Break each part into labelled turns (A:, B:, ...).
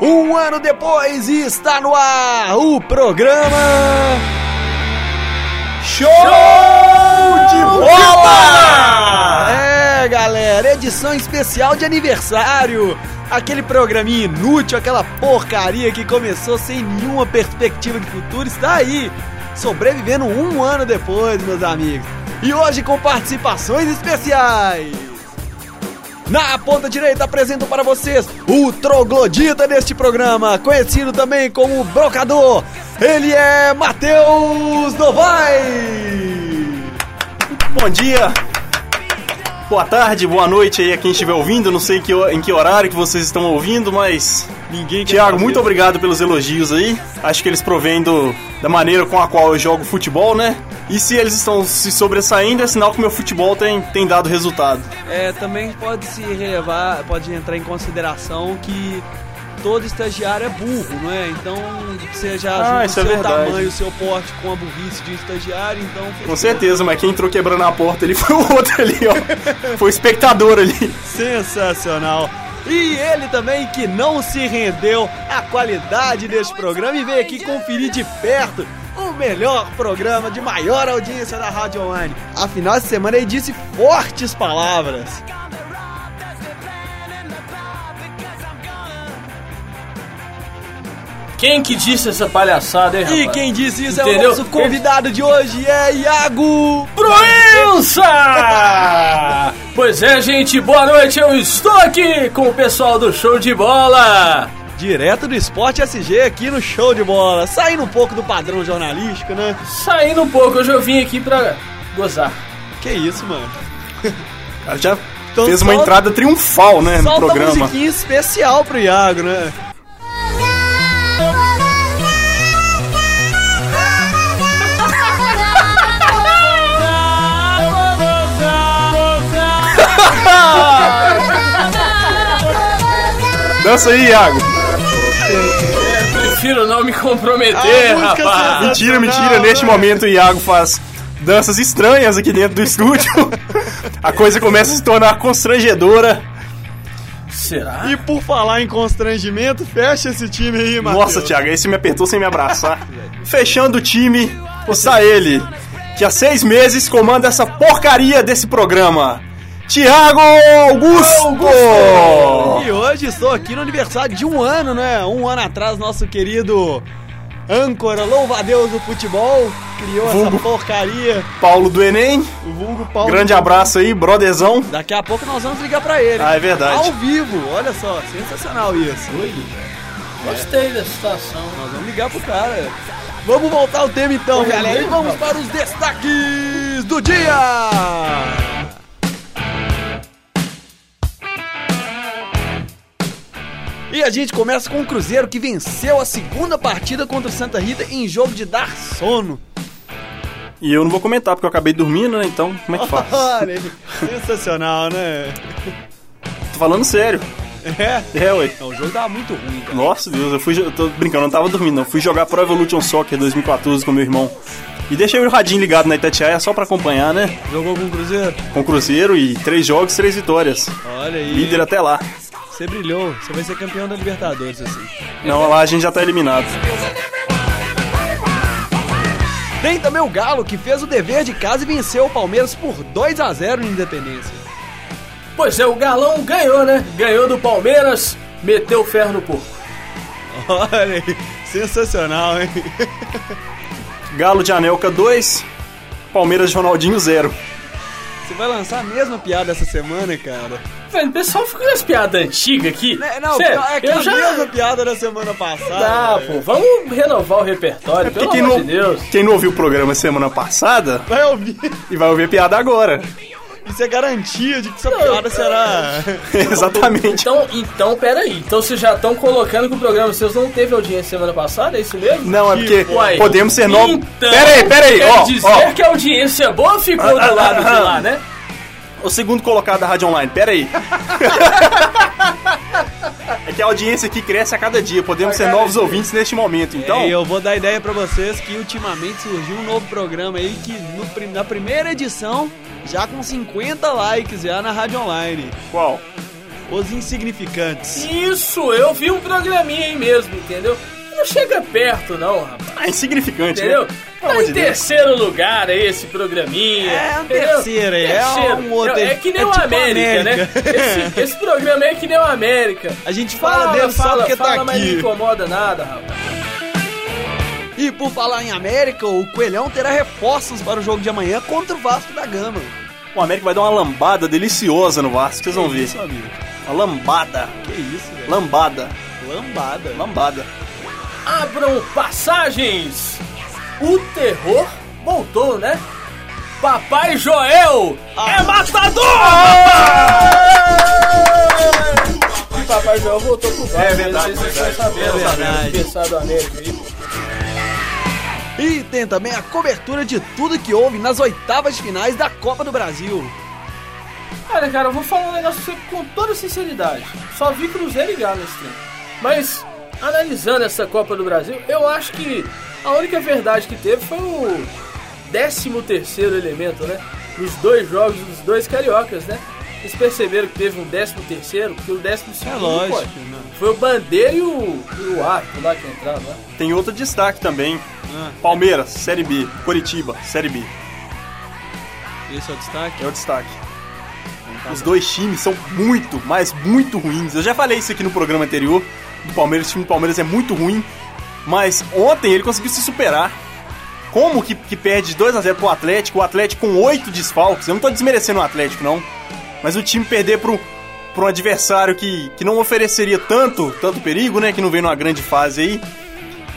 A: Um ano depois está no ar o programa. Show, de bola! É, galera, edição especial de aniversário. Aquele programinha inútil, aquela porcaria que começou sem nenhuma perspectiva de futuro, está aí, sobrevivendo um ano depois, meus amigos. E hoje com participações especiais. Na ponta direita apresento para vocês o troglodita deste programa, conhecido também como Brocador. Ele é Matheus Novaes.
B: Bom dia! Boa tarde, boa noite aí a quem estiver ouvindo, não sei que ho- em que horário que vocês estão ouvindo, mas...
A: Ninguém quer
B: Tiago,
A: saber.
B: muito obrigado pelos elogios aí. Acho que eles provêm do- da maneira com a qual eu jogo futebol, né? E se eles estão se sobressaindo, é sinal que meu futebol tem, tem dado resultado.
A: É, também pode se relevar, pode entrar em consideração que todo estagiário é burro, não é? Então você já
B: Ah,
A: ajuda o
B: isso é
A: seu
B: verdade.
A: tamanho, o seu porte com a burrice de estagiário, então.
B: Com certeza, mas quem entrou quebrando a porta ali foi o outro ali, ó. Foi o espectador ali.
A: Sensacional! E ele também que não se rendeu à qualidade deste programa e veio aqui conferir de perto o melhor programa de maior audiência da Rádio Online. Afinal, essa semana ele disse fortes palavras.
C: Quem que disse essa palhaçada, hein,
A: E
C: rapaz?
A: quem disse isso é o
C: Entendeu?
A: nosso convidado de hoje, é Iago!
C: Proença! pois é, gente, boa noite, eu estou aqui com o pessoal do Show de Bola.
A: Direto do Esporte SG aqui no Show de Bola, saindo um pouco do padrão jornalístico, né?
C: Saindo um pouco, hoje eu vim aqui pra gozar.
A: Que isso, mano.
B: Ela já
A: Então
B: fez uma
A: solta-
B: entrada triunfal, né, no
A: Solta uma
B: programa.
A: musiquinha especial pro Iago, né?
B: Dança aí, Iago.
C: Prefiro não me comprometer,
A: A música né?
C: É, rapaz.
B: Mentira, mentira.
A: Não,
B: Neste
A: não.
B: momento, o Iago faz danças estranhas aqui dentro do estúdio. A coisa começa a se tornar constrangedora.
C: Será?
A: E por falar em constrangimento, fecha esse time aí, mano.
B: Nossa, Thiago, esse me apertou sem me abraçar. Fechando o time, está ele, que há seis meses comanda essa porcaria desse programa. Thiago Augusto!
A: E hoje estou aqui no aniversário de um ano, né? Um ano atrás, nosso querido âncora, louva-a-Deus do futebol, criou
B: Vulgo.
A: essa porcaria,
B: Paulo do Enem,
A: o vulgo Paulo.
B: grande abraço aí, brotherzão.
A: Daqui a pouco nós vamos ligar pra ele.
B: Ah, é verdade.
A: Ao vivo, olha só, sensacional isso.
C: Gostei da situação.
A: Nós vamos ligar pro cara. Vamos voltar ao tema então,
C: Vamos
A: galera. E
C: mesmo,
A: vamos
C: rapaz.
A: para os destaques do dia! E a gente começa com o Cruzeiro que venceu a segunda partida contra o Santa Rita em jogo de dar sono.
B: E eu não vou comentar porque eu acabei dormindo, né? Então, como é que faz?
A: Olha, sensacional, né?
B: Tô falando sério.
A: É.
B: É, ué.
A: Não, o jogo tava muito ruim, cara.
B: Nossa Deus, eu fui. jo- Eu tô brincando, eu não tava dormindo, não. Fui jogar Pro Evolution Soccer 2014 com meu irmão. E deixei o radinho ligado na Itatiaia só pra acompanhar, né?
A: Jogou com o Cruzeiro?
B: Com o Cruzeiro e três jogos, três vitórias.
A: Olha aí.
B: Líder até lá.
A: Você brilhou. Você vai ser campeão da Libertadores, assim.
B: Não, lá a gente já tá eliminado.
A: Tem também o Galo, que fez o dever de casa e venceu o Palmeiras por 2 a 0 no Independência.
C: Pois é, o Galão ganhou, né? Ganhou do Palmeiras, meteu o ferro no porco.
A: Olha aí, sensacional, hein?
B: Galo de Anelca 2, Palmeiras de Ronaldinho 0.
A: Você vai lançar a mesma piada essa semana, cara?
C: Velho, o pessoal fica com as piadas antigas aqui.
A: Né, Não,
C: Sério,
A: é que
C: eu
A: a
C: já...
A: mesma piada da semana
C: Dá,
A: passada. velho.
C: pô, vamos renovar o repertório,
A: É
C: pelo
B: quem
C: amor
B: não,
C: de Deus.
B: quem não ouviu o programa semana passada
A: Vai ouvir.
B: e vai ouvir piada agora.
A: Isso é garantia de que sua piada será.
B: Exatamente.
C: Então, então, peraí. Então vocês já estão colocando que o programa de vocês não teve audiência semana passada, é isso mesmo?
B: Não, é porque
C: Uai,
B: podemos ser novos.
C: Então,
B: peraí, peraí,
C: quer
B: ó,
C: dizer
B: ó. Ah,
C: que a audiência é boa ficou do lado de lá, né?
B: O segundo colocado da Rádio Online, peraí. é que a audiência aqui cresce a cada dia, podemos ser novos ouvintes neste momento, então.
A: É, eu vou dar ideia pra vocês que ultimamente surgiu um novo programa aí que no prim- na primeira edição, já com 50 likes já na Rádio Online.
B: Qual?
A: Os insignificantes.
C: Isso, eu vi um programinha aí mesmo, entendeu? Não chega perto, não, rapaz.
B: Ah, insignificante,
C: Entendeu?
B: né? Pelo
C: Tá
B: amor
C: em
B: de Deus.
C: terceiro lugar aí esse programinha.
A: É, um
C: entendeu?
A: terceiro aí, é um outro
C: É,
A: aí.
C: é que nem
A: É
C: o
A: tipo
C: América, né?
A: América.
C: Esse, esse programa é que nem o América.
A: A gente fala, dele só porque
C: fala,
A: tá
C: mas não
A: aqui.
C: incomoda nada, rapaz.
A: E por falar em América, o Coelhão terá reforços para o jogo de amanhã contra o Vasco da Gama.
B: O América vai dar uma lambada deliciosa no Vasco, vocês vão ver.
A: Isso, amigo.
B: Uma lambada.
A: Que isso, velho.
B: Lambada.
A: Lambada.
B: Lambada.
C: Abram passagens. O terror voltou, né? Papai Joel
B: Ah.
C: é matador! E Papai Joel voltou pro Vasco.
B: É verdade, é
C: né? Vocês estão
B: verdade.
C: sabendo,
A: É verdade.
C: Pensar do América aí.
A: E tem também a cobertura de tudo que houve nas oitavas de finais da Copa do Brasil.
C: Olha, cara, eu vou falar um negócio pra você com toda sinceridade. Só vi Cruzeiro e Galo nesse tempo. Mas, analisando essa Copa do Brasil, eu acho que a única verdade que teve foi o 13 terceiro elemento, né? Nos dois jogos dos dois cariocas, né? Eles perceberam que teve um 13 terceiro, porque o 12
A: É
C: segundo
A: lógico,
C: pô,
A: né?
C: foi o Bandeira e o, e o Arco lá que né? entraram lá.
B: Tem outro destaque também.
C: Ah.
B: Palmeiras, Série B. Coritiba, Série B.
A: Esse é o destaque?
B: É o destaque. Os dois times são muito, mas muito ruins. Eu já falei isso aqui no programa anterior do Palmeiras. O time do Palmeiras é muito ruim. Mas ontem ele conseguiu se superar. Como que, que perde 2 a 0 pro Atlético? O Atlético com 8 desfalques. Eu não tô desmerecendo o Atlético, não. Mas o time perder pro, pro adversário que, que não ofereceria tanto, tanto perigo, né? Que não vem numa grande fase aí.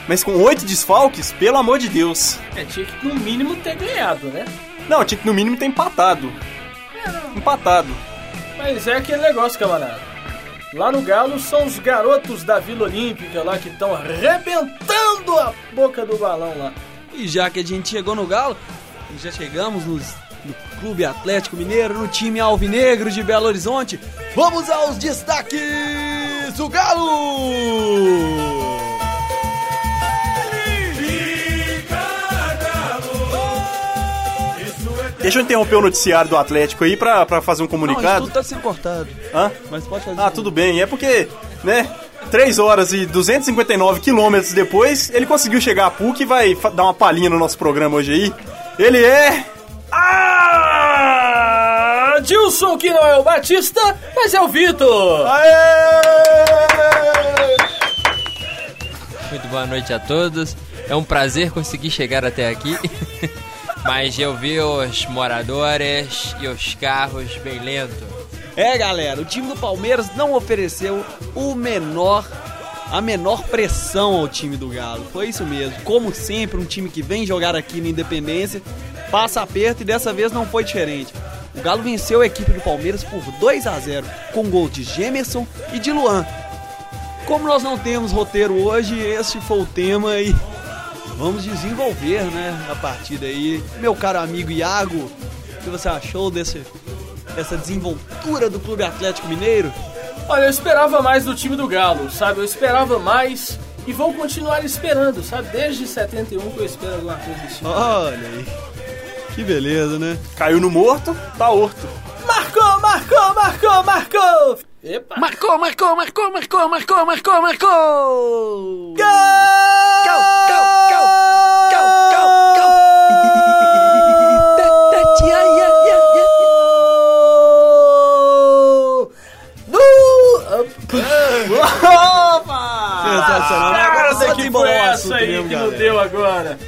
B: Mas com 8 desfalques, pelo amor de Deus.
C: É, tinha que no mínimo ter ganhado, né?
B: Não, tinha que no mínimo ter empatado. Empatado.
C: Mas é aquele negócio, camarada. Lá no Galo são os garotos da Vila Olímpica lá que estão arrebentando a boca do balão lá.
A: E já que a gente chegou no Galo, já chegamos nos- no Clube Atlético Mineiro, no time Alvinegro de Belo Horizonte, vamos aos destaques do Galo!
B: Deixa eu interromper o noticiário do Atlético aí pra, pra fazer um
A: Não, isso
B: comunicado.
A: tudo tá sendo cortado,
B: Hã?
A: mas pode fazer.
B: Ah, tudo bem. É porque, né, 3 horas e 259 quilômetros depois, ele conseguiu chegar a PUC e vai fa- dar uma palhinha no nosso programa hoje aí. Ele é... Ah!
C: Adilson, que não é o Batista, mas é o Vitor.
B: Aê!
D: Muito boa noite a todos. É um prazer conseguir chegar até aqui. Mas eu vi os moradores e os carros bem lento.
A: É, galera, o time do Palmeiras não ofereceu o menor a menor pressão ao time do Galo. Foi isso mesmo. Como sempre, um time que vem jogar aqui na Independência passa aperto e dessa vez não foi diferente. O Galo venceu a equipe do Palmeiras por 2 a 0, com gol de Gemerson e de Luan. Como nós não temos roteiro hoje, este foi o tema e vamos desenvolver, né, a partida aí. Meu caro amigo Iago, o que você achou desse essa desenvoltura do Clube Atlético Mineiro?
C: Olha, eu esperava mais do time do Galo, sabe? Eu esperava mais e vou continuar esperando, sabe? Desde 71 que eu espero alguma coisa desse time.
A: Olha aí. Que beleza, né?
B: Caiu no morto, tá morto.
C: Marcou, marcou, marcou, marcou! Epa!
A: Marcou, marcou, marcou, marcou, marcou, marcou, marcou! Gol!
B: Ah,
A: Sensacional, né? Agora
C: Cara,
A: só
C: que
A: desembolou
C: foi
A: o assunto
C: essa aí
A: mesmo,
C: que não
A: galera.
C: deu agora?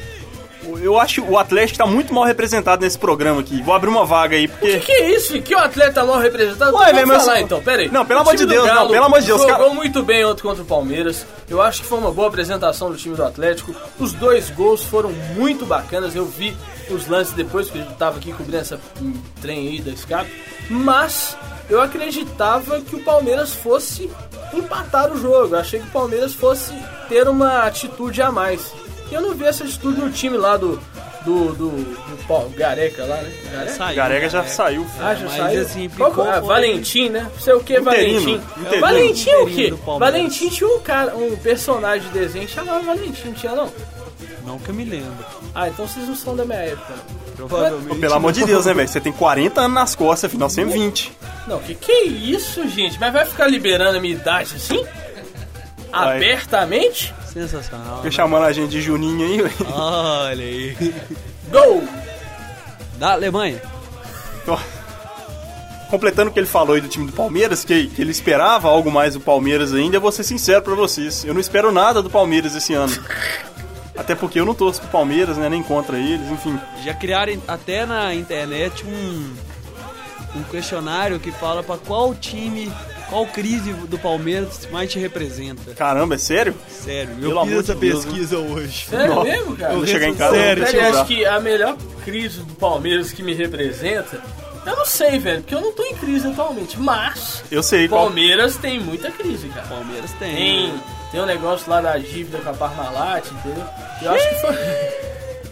B: Eu acho que o Atlético tá muito mal representado nesse programa aqui. Vou abrir uma vaga aí,
C: O que,
B: porque...
C: que é isso? Que o atleta mal representado?
B: Ué, velho,
C: Vamos
B: mas-
C: falar então, pera aí.
B: Não, pelo
C: O
B: amor de
C: time do
B: Deus,
C: Galo
B: não, pelo amor de Deus,
C: Jogou
B: cara.
C: muito bem ontem contra o Palmeiras. Eu acho que foi uma boa apresentação do time do Atlético. Os dois gols foram muito bacanas. Eu vi os lances depois, porque eu tava aqui cobrindo essa hum, trem aí da escape. Mas eu acreditava que o Palmeiras fosse empatar o jogo. Eu achei que o Palmeiras fosse ter uma atitude a mais. E eu não vi essa atitude no time lá do. Do. Do. do Paulo Gareca lá, né? Gareca?
A: Saiu.
B: Garega já saiu.
C: Ah, já
A: Mas,
C: saiu?
A: assim,
C: Qual que-
A: ficou
C: ah,
A: por-
C: Valentim, né? Não sei o que,
B: Interino,
C: Valentim.
B: interino.
C: Valentim é o quê?
A: Interino do Palmeiras.
C: Valentim tinha um cara, um personagem de desenho que chamava Valentim, não tinha não?
A: Não que eu me lembro.
C: Ah, então vocês não são da minha época.
A: Provavelmente.
B: Pelo amor de Deus, né, velho? Você tem 40 anos nas costas, afinal você é tem 20.
C: Não, que que é isso, gente? Mas vai ficar liberando a minha idade assim?
B: Vai.
C: Abertamente?
A: Sensacional.
B: Fica chamando a gente de Juninho aí, velho.
A: Olha aí.
C: Gol!
A: Da Alemanha.
B: Ó. Completando o que ele falou aí do time do Palmeiras, que, que ele esperava algo mais do Palmeiras ainda, eu vou ser sincero pra vocês. Eu não espero nada do Palmeiras esse ano. Até porque eu não torço pro Palmeiras, né? Nem contra eles, enfim.
A: Já criaram até na internet um, um questionário que fala pra qual time, qual crise do Palmeiras mais te representa.
B: Caramba, é sério?
A: Sério,
B: Pelo
A: eu fiz
B: amor
A: essa
B: de Deus,
A: pesquisa hoje.
C: Sério
B: Nossa.
C: mesmo, cara?
B: Eu vou
A: Esse
B: chegar
A: é
B: em casa.
A: sério,
B: eu vou
C: Velho, eu
B: chorar.
C: acho que a melhor crise do Palmeiras que me representa, eu não sei, velho, porque eu não tô em crise atualmente, mas
B: Eu sei
C: o
B: qual.
C: Palmeiras tem muita crise, cara.
A: Palmeiras tem. né?
C: Tem, tem um negócio lá da dívida com a Parmalat, entendeu? Eu acho que foi...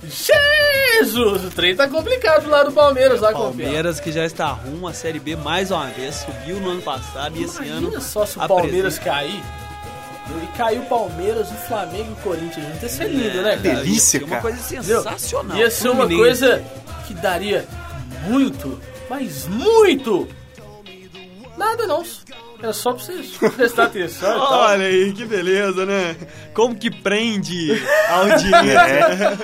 C: Jesus, o trem tá complicado lá do Palmeiras, lá Palmeiras.
A: Palmeiras que já está rumo à Série B mais uma vez, subiu no ano passado e esse ano.
C: Imagina só se o
A: apresenta-
C: Palmeiras cair. entendeu? E caiu o Palmeiras, o Flamengo e o Corinthians. Ia ser lindo, né, cara?
B: delícia.
A: Ia ser É, Uma
B: cara.
A: coisa
C: Entendeu?
A: sensacional.
C: Ia ser uma
A: Fluminense.
C: coisa que daria muito, mas muito. Nada não. Era só pra vocês prestar atenção e tal.
A: Olha aí, que beleza, né? Como que prende a audiência?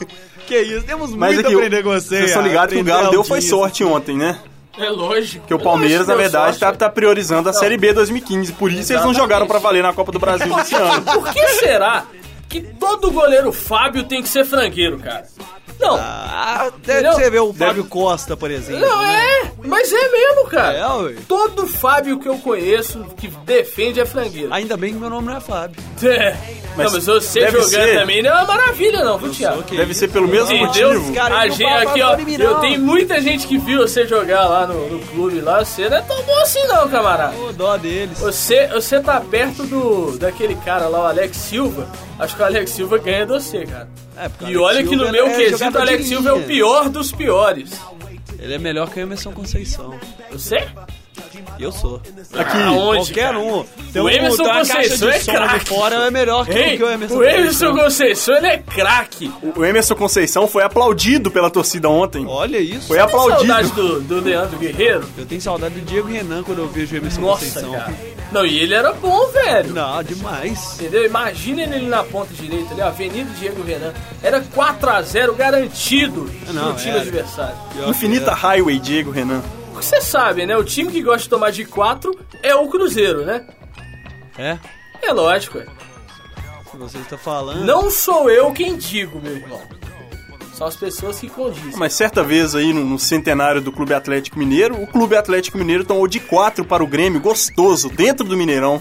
A: que isso, temos muito
B: é. Mas é
A: a
B: que o-
A: aprender com você.
B: vocês estão
A: a
B: ligados que o
A: aprender
B: Galo
A: a
B: deu foi
A: audiência.
B: sorte ontem, né?
C: É lógico.
B: Porque o Palmeiras, na
C: Lógico,
B: verdade,
C: meu
B: tá,
C: sócio.
B: tá priorizando a Série B 2015. Por isso eles não
C: Exatamente.
B: jogaram pra valer na Copa do Brasil desse ano.
C: Por que será que todo goleiro Fábio tem que ser frangueiro, cara? Não,
A: Ah, deve
C: Entendeu?
A: você ver o Fábio Costa, por exemplo.
C: não
A: né?
C: é, mas é mesmo, cara.
A: É, ué.
C: Todo Fábio que eu conheço que defende é frangueiro.
A: Ainda bem que meu nome não é Fábio.
C: É. Não, mas você
B: deve
C: jogando
B: ser.
C: também não é uma maravilha, não, viu, Thiago?
B: Deve ser pelo mesmo
C: Entendeu?
B: motivo.
A: Cara,
C: a
A: ele não
C: gente
A: fala
C: aqui,
A: pra
C: ó.
A: fora de mim,
C: Eu
A: não.
C: tenho muita gente que viu você jogar lá no, no clube lá. Você não é tão bom assim, não, camarada.
A: Ô, dó deles.
C: Você, você tá perto do daquele cara lá, o Alex Silva. Acho que o Alex Silva ganha de você, cara.
A: É, porque o
C: e
A: Alex
C: olha que
A: Silva
C: no meu
A: é
C: quesito, o
A: jogador de
C: Alex Silva é o
A: linha.
C: pior dos piores.
A: Ele é melhor que o Emerson Conceição.
C: Você?
A: E Eu sou.
B: Aqui,
C: Aonde?
A: Qualquer
C: cara?
A: um. Tem
C: O
A: um-
C: Emerson
A: tem uma
C: Conceição
A: caixa
C: é
A: de som
C: craque.
A: de fora é melhor que,
C: Ei,
A: que o Emerson
C: o Emerson
A: Conceição.
C: Conceição, ele é craque.
B: o Emerson Conceição foi aplaudido pela torcida ontem.
A: Olha isso.
B: Foi
C: Saudade
B: aplaudido.
C: do, do Leandro Guerreiro.
A: Eu tenho saudade do Diego Renan quando eu vejo o Emerson
C: Nossa,
A: Conceição.
C: cara. Não, e ele era bom, velho.
A: Não, demais.
C: Entendeu? Imagina ele na ponta direita ali, ó, Avenida Diego Renan. Era 4x0 garantido
A: Não, é.
C: no time
A: era.
C: adversário.
A: Pior
B: Infinita Highway, Diego Renan.
C: Porque você sabe, né? O time que gosta de tomar de 4 é o Cruzeiro, né?
A: que É, É,
C: É lógico. é.
A: se você está falando.
C: Não sou eu quem digo, meu irmão. São as pessoas que condizem.
B: Mas certa vez aí no, no centenário do Clube Atlético Mineiro, o Clube Atlético Mineiro tomou de 4 para o Grêmio, gostoso, dentro do Mineirão.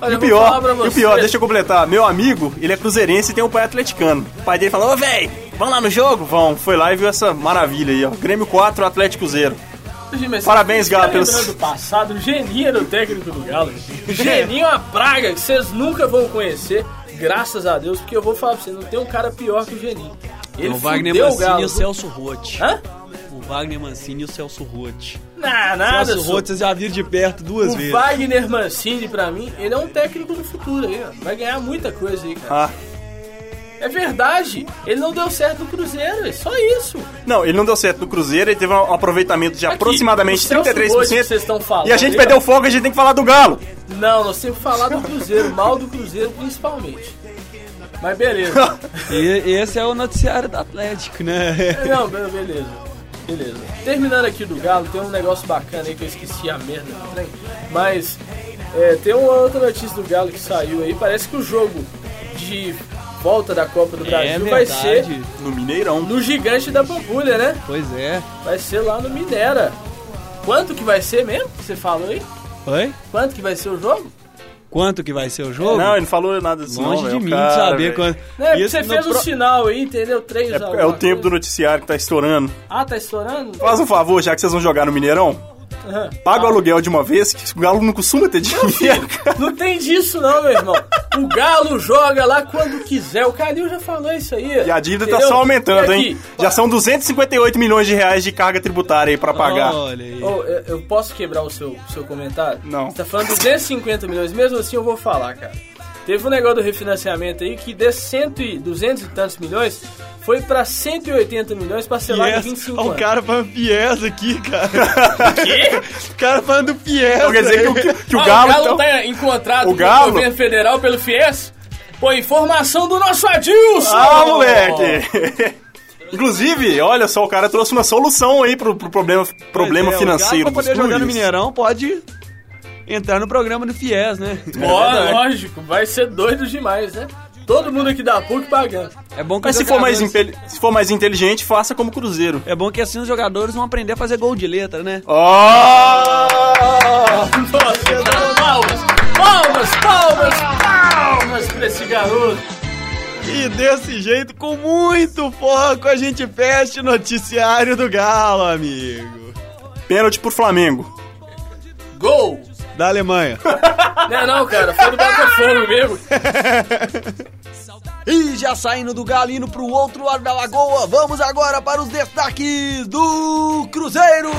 C: Olha,
B: E
C: eu
B: o
C: vou
B: pior,
C: falar pra
B: e o
C: você.
B: pior, deixa eu completar. Meu amigo, ele é cruzeirense e tem um pai atleticano. O pai dele falou, ô véi, vamos lá no jogo? Vão. Foi lá e viu essa maravilha aí, ó. Grêmio 4, Atlético 0.
C: Mas
B: Parabéns,
C: vocês ficam
B: Galo, pelos-
C: lembrando do passado, o Geninho era o técnico do Galo. O Geninho é uma praga que vocês nunca vão conhecer, graças a Deus, porque eu vou falar pra vocês, não tem um cara pior que o Geninho. Ele
A: o Wagner
C: fudeu o
A: Mancini
C: Galo.
A: e o Celso Rotti.
C: Hã?
A: O Wagner Mancini e o Celso Rotti.
C: Não, nada,
A: Celso
C: só.
A: Rotti, vocês já viram de perto duas
C: O
A: vezes.
C: Wagner Mancini, pra mim, ele é um técnico do futuro aí, ó. Vai ganhar muita coisa aí, cara.
B: Ah.
C: É verdade, ele não deu certo no Cruzeiro, é só isso.
B: Não, ele não deu certo no Cruzeiro, ele teve um aproveitamento de
C: Aqui,
B: aproximadamente
C: o Celso Rotti que
B: 33%.
C: vocês estão
A: Tá
C: falando
B: E a gente
C: aí,
B: perdeu
C: ó.
B: o foco, a gente tem que falar do Galo.
C: Não, nós temos que falar do Cruzeiro, mal do Cruzeiro principalmente. Mas beleza.
A: E esse é o noticiário do Atlético, né?
C: Não, be- beleza. Beleza. Terminando aqui do Galo, tem um negócio bacana aí que eu esqueci a merda do trem. Mas é, tem uma outra notícia do Galo que saiu aí. Parece que o jogo de volta da Copa
A: É
C: do Brasil vai ser
B: No Mineirão.
C: no Gigante da Pampulha, né?
A: Pois é.
C: Vai ser lá no Minera. Quanto que vai ser mesmo? que Você falou aí?
A: Oi?
C: Quanto que vai ser o jogo?
A: Quanto que vai ser o jogo?
B: Não, ele não falou nada disso
A: Longe
B: não,
A: de
B: velho.
A: mim
B: Cara,
A: saber
B: velho.
A: quanto.
C: Né?
A: Isso
C: Você
A: no
C: fez o
A: pro-
C: sinal aí, entendeu? 3 a 1.
B: É, é o tempo do noticiário que tá estourando.
C: né? Ah, tá estourando?
B: Faz um favor, já que vocês vão jogar no Mineirão,
C: Aham.
B: paga o aluguel de uma vez, que o Galo não costuma ter dinheiro, cara.
C: Não tem disso não, meu irmão. O Galo joga lá quando quiser. O Calil já falou isso aí.
B: E a dívida tá
C: entendeu?
B: só aumentando,
C: E
B: hein?
C: aqui,
B: Já são 258 milhões de reais de carga tributária aí pra pagar.
A: Olha aí.
C: ô, eu, eu posso quebrar o seu, seu comentário?
B: Não.
C: Você tá falando 250 milhões. Mesmo assim, eu vou falar, cara. Teve um negócio do refinanciamento aí que de 100 e 200 e tantos milhões foi pra 180 milhões parcelado em 25
A: Olha o
C: anos.
A: cara falando Pies aqui, cara. O cara falando Pies.
B: Então quer dizer que o, que- que o
C: Ah,
B: Galo. então-
C: tá em contrato
B: O Galo?
C: com o governo federal pelo FIES? Pô, informação do nosso Adilson!
B: Ah, moleque! Inclusive, olha só, o cara trouxe uma solução aí pro, pro problema, problema
A: Pois é, o
B: financeiro
A: Galo, pra poder
B: dos
A: jogar no
B: clubes.
A: Mineirão, pode entrar no programa do Fies, né?
C: Ó, lógico, vai ser doido demais, né? Todo mundo aqui da PUC pagando.
A: É bom que
B: Mas
A: os
B: se for, mais
A: jogadores-
B: impel- se for mais inteligente, faça como o Cruzeiro.
A: É bom que assim os jogadores vão aprender a fazer gol de letra, né?
C: Ah!
B: Oh!
C: Nossa, palmas, palmas, palmas, palmas pra esse garoto.
A: E desse jeito, com muito foco, a gente fecha o noticiário do Galo, amigo.
B: Pênalti pro Flamengo.
C: Gol!
A: Da Alemanha.
C: Não é não, cara, foi do Botafogo mesmo.
E: E já saindo do galo, indo pro outro lado da lagoa, vamos agora para os destaques do Cruzeiro!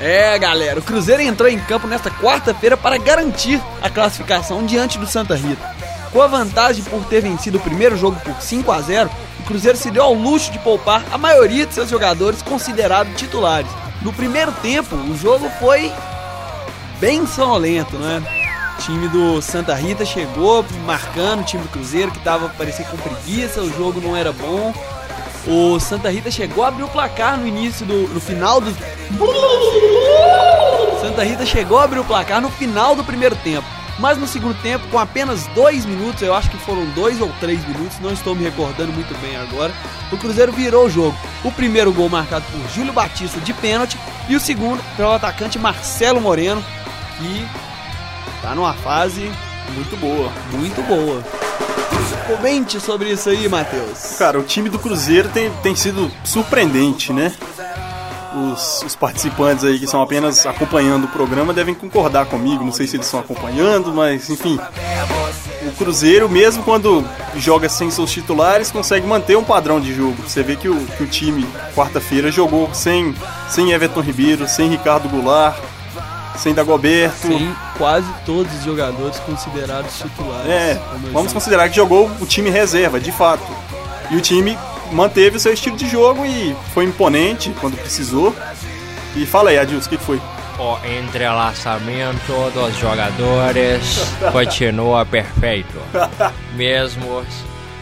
A: É, galera, o Cruzeiro entrou em campo nesta quarta-feira para garantir a classificação diante do Santa Rita. Com a vantagem por ter vencido o primeiro jogo por 5 a 0, o Cruzeiro se deu ao luxo de poupar a maioria de seus jogadores considerados titulares. No primeiro tempo, o jogo foi bem sonolento, né? O time do Santa Rita chegou marcando o time do Cruzeiro que tava parecia com preguiça, o jogo não era bom. O Santa Rita chegou a abrir o placar no início do no final do Santa Rita chegou a abrir o placar no final do primeiro tempo. Mas no segundo tempo, com apenas dois minutos, eu acho que foram dois ou três minutos, não estou me recordando muito bem agora, o Cruzeiro virou o jogo. O primeiro gol marcado por Júlio Batista de pênalti e o segundo pelo atacante Marcelo Moreno, que tá numa fase
B: Muito boa.
A: muito boa. Comente sobre isso aí, Matheus.
B: Cara, o time do Cruzeiro tem, tem sido surpreendente, né? Os, os participantes aí que são apenas acompanhando o programa devem concordar comigo. Não sei se eles estão acompanhando, mas enfim. O Cruzeiro, mesmo quando joga sem seus titulares, consegue manter um padrão de jogo. Você vê que o, que o time, quarta-feira, jogou sem, sem Everton Ribeiro, sem Ricardo Goulart, sem Dagoberto.
A: Sim, quase todos os jogadores considerados titulares.
B: É,
A: como eu
B: vamos
A: disse.
B: considerar que jogou o time reserva, de fato. E o time manteve o seu estilo de jogo e foi imponente quando precisou. E fala aí, Adilson, o que que foi?
D: O entrelaçamento dos jogadores continua perfeito. Mesmo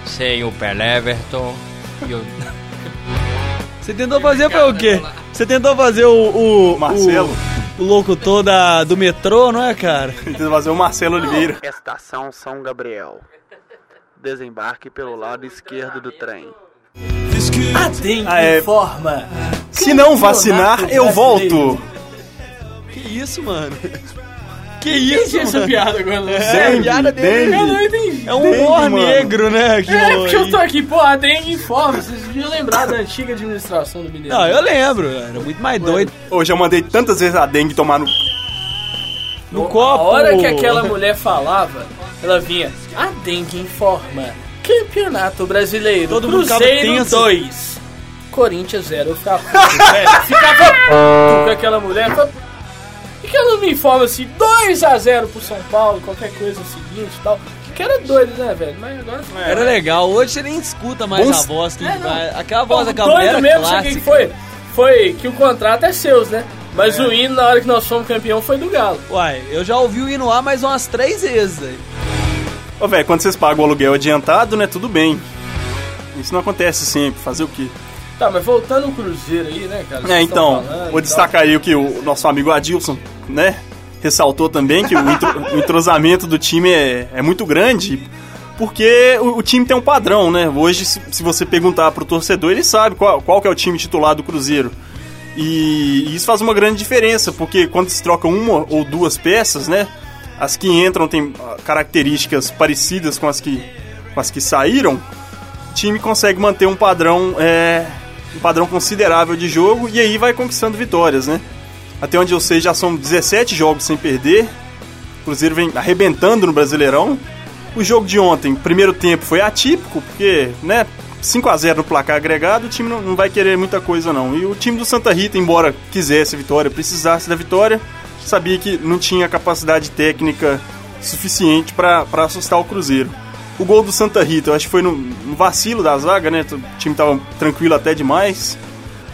D: sem o Peleverton e o.
A: Você tentou fazer foi o quê? Você tentou fazer o. o
B: Marcelo.
A: O, o locutor da, do metrô, não é, cara?
B: Tentou fazer o Marcelo Oliveira.
F: Estação São Gabriel. Desembarque pelo lado esquerdo do trem.
C: A DEM
B: Ah, é.
C: informa.
B: Se não vacinar, eu volto.
A: Que isso, mano? Que
C: Entendi
A: isso,
C: essa
A: mano?
C: piada agora, né?
A: É,
B: Dengue,
A: piada dele.
C: Eu não
B: dengue.
C: entendi.
A: É um
B: Dengue,
A: humor
B: mano.
A: negro, né? Que
C: É, porque eu tô
A: rolou aí.
C: aqui, pô, a DEM informa. Vocês deviam lembrar da antiga administração do Mineiro.
A: Não, eu lembro, era muito mais doido.
B: Hoje eu mandei tantas vezes a dengue tomar no.
A: No copo.
C: A hora que aquela mulher falava, ela vinha, a dengue informa, campeonato brasileiro,
A: Todo mundo ficava
C: Cruzeiro
A: tenso.
C: 2, Corinthians 0, eu ficava puto, velho. ficava puto com aquela mulher, ficava... e que ela não me informa assim, 2x0 pro São Paulo, qualquer coisa seguinte e tal, que era doido, né, velho, mas agora...
A: Era legal, hoje você nem escuta mais
B: Bons-
A: a voz que
C: É, não.
A: vai- Aquela
C: Pô,
A: voz da
C: doido
A: galera
C: mesmo, sabe o que que
A: clássica.
C: foi? Foi que o contrato é seus, né, mas o hino na hora que nós fomos campeão foi do Galo.
A: Uai, eu já ouvi o hino A mais umas três vezes aí.
B: Ô, velho, quando vocês pagam o aluguel adiantado, né? Tudo bem. Isso não acontece sempre, fazer o quê?
C: Tá, mas voltando o Cruzeiro aí, né, cara?
B: É,
C: vocês tão
B: então,
C: falando e
B: vou
C: tal.
B: destacar aí o que o nosso amigo Adilson, né, ressaltou também, que o, entro- o entrosamento do time é, é muito grande, porque o, o time tem um padrão, né? Hoje, se, se você perguntar pro torcedor, ele sabe qual, qual que é o time titular do Cruzeiro. E, e isso faz uma grande diferença, porque quando se troca uma ou duas peças, né, as que entram têm ah, características parecidas com as que, com as que saíram, time consegue manter um padrão é, um padrão considerável de jogo e aí vai conquistando vitórias, né? Até onde eu sei já são 17 jogos sem perder. O Cruzeiro vem arrebentando no Brasileirão. O jogo de ontem, primeiro tempo, foi atípico, porque, né, 5x0 no placar agregado, o time não, não vai querer muita coisa não. E o time do Santa Rita, embora quisesse a vitória, precisasse da vitória, sabia que não tinha capacidade técnica suficiente para assustar o Cruzeiro. O gol do Santa Rita, eu acho que foi no, no vacilo da zaga, né? O time tava tranquilo até demais.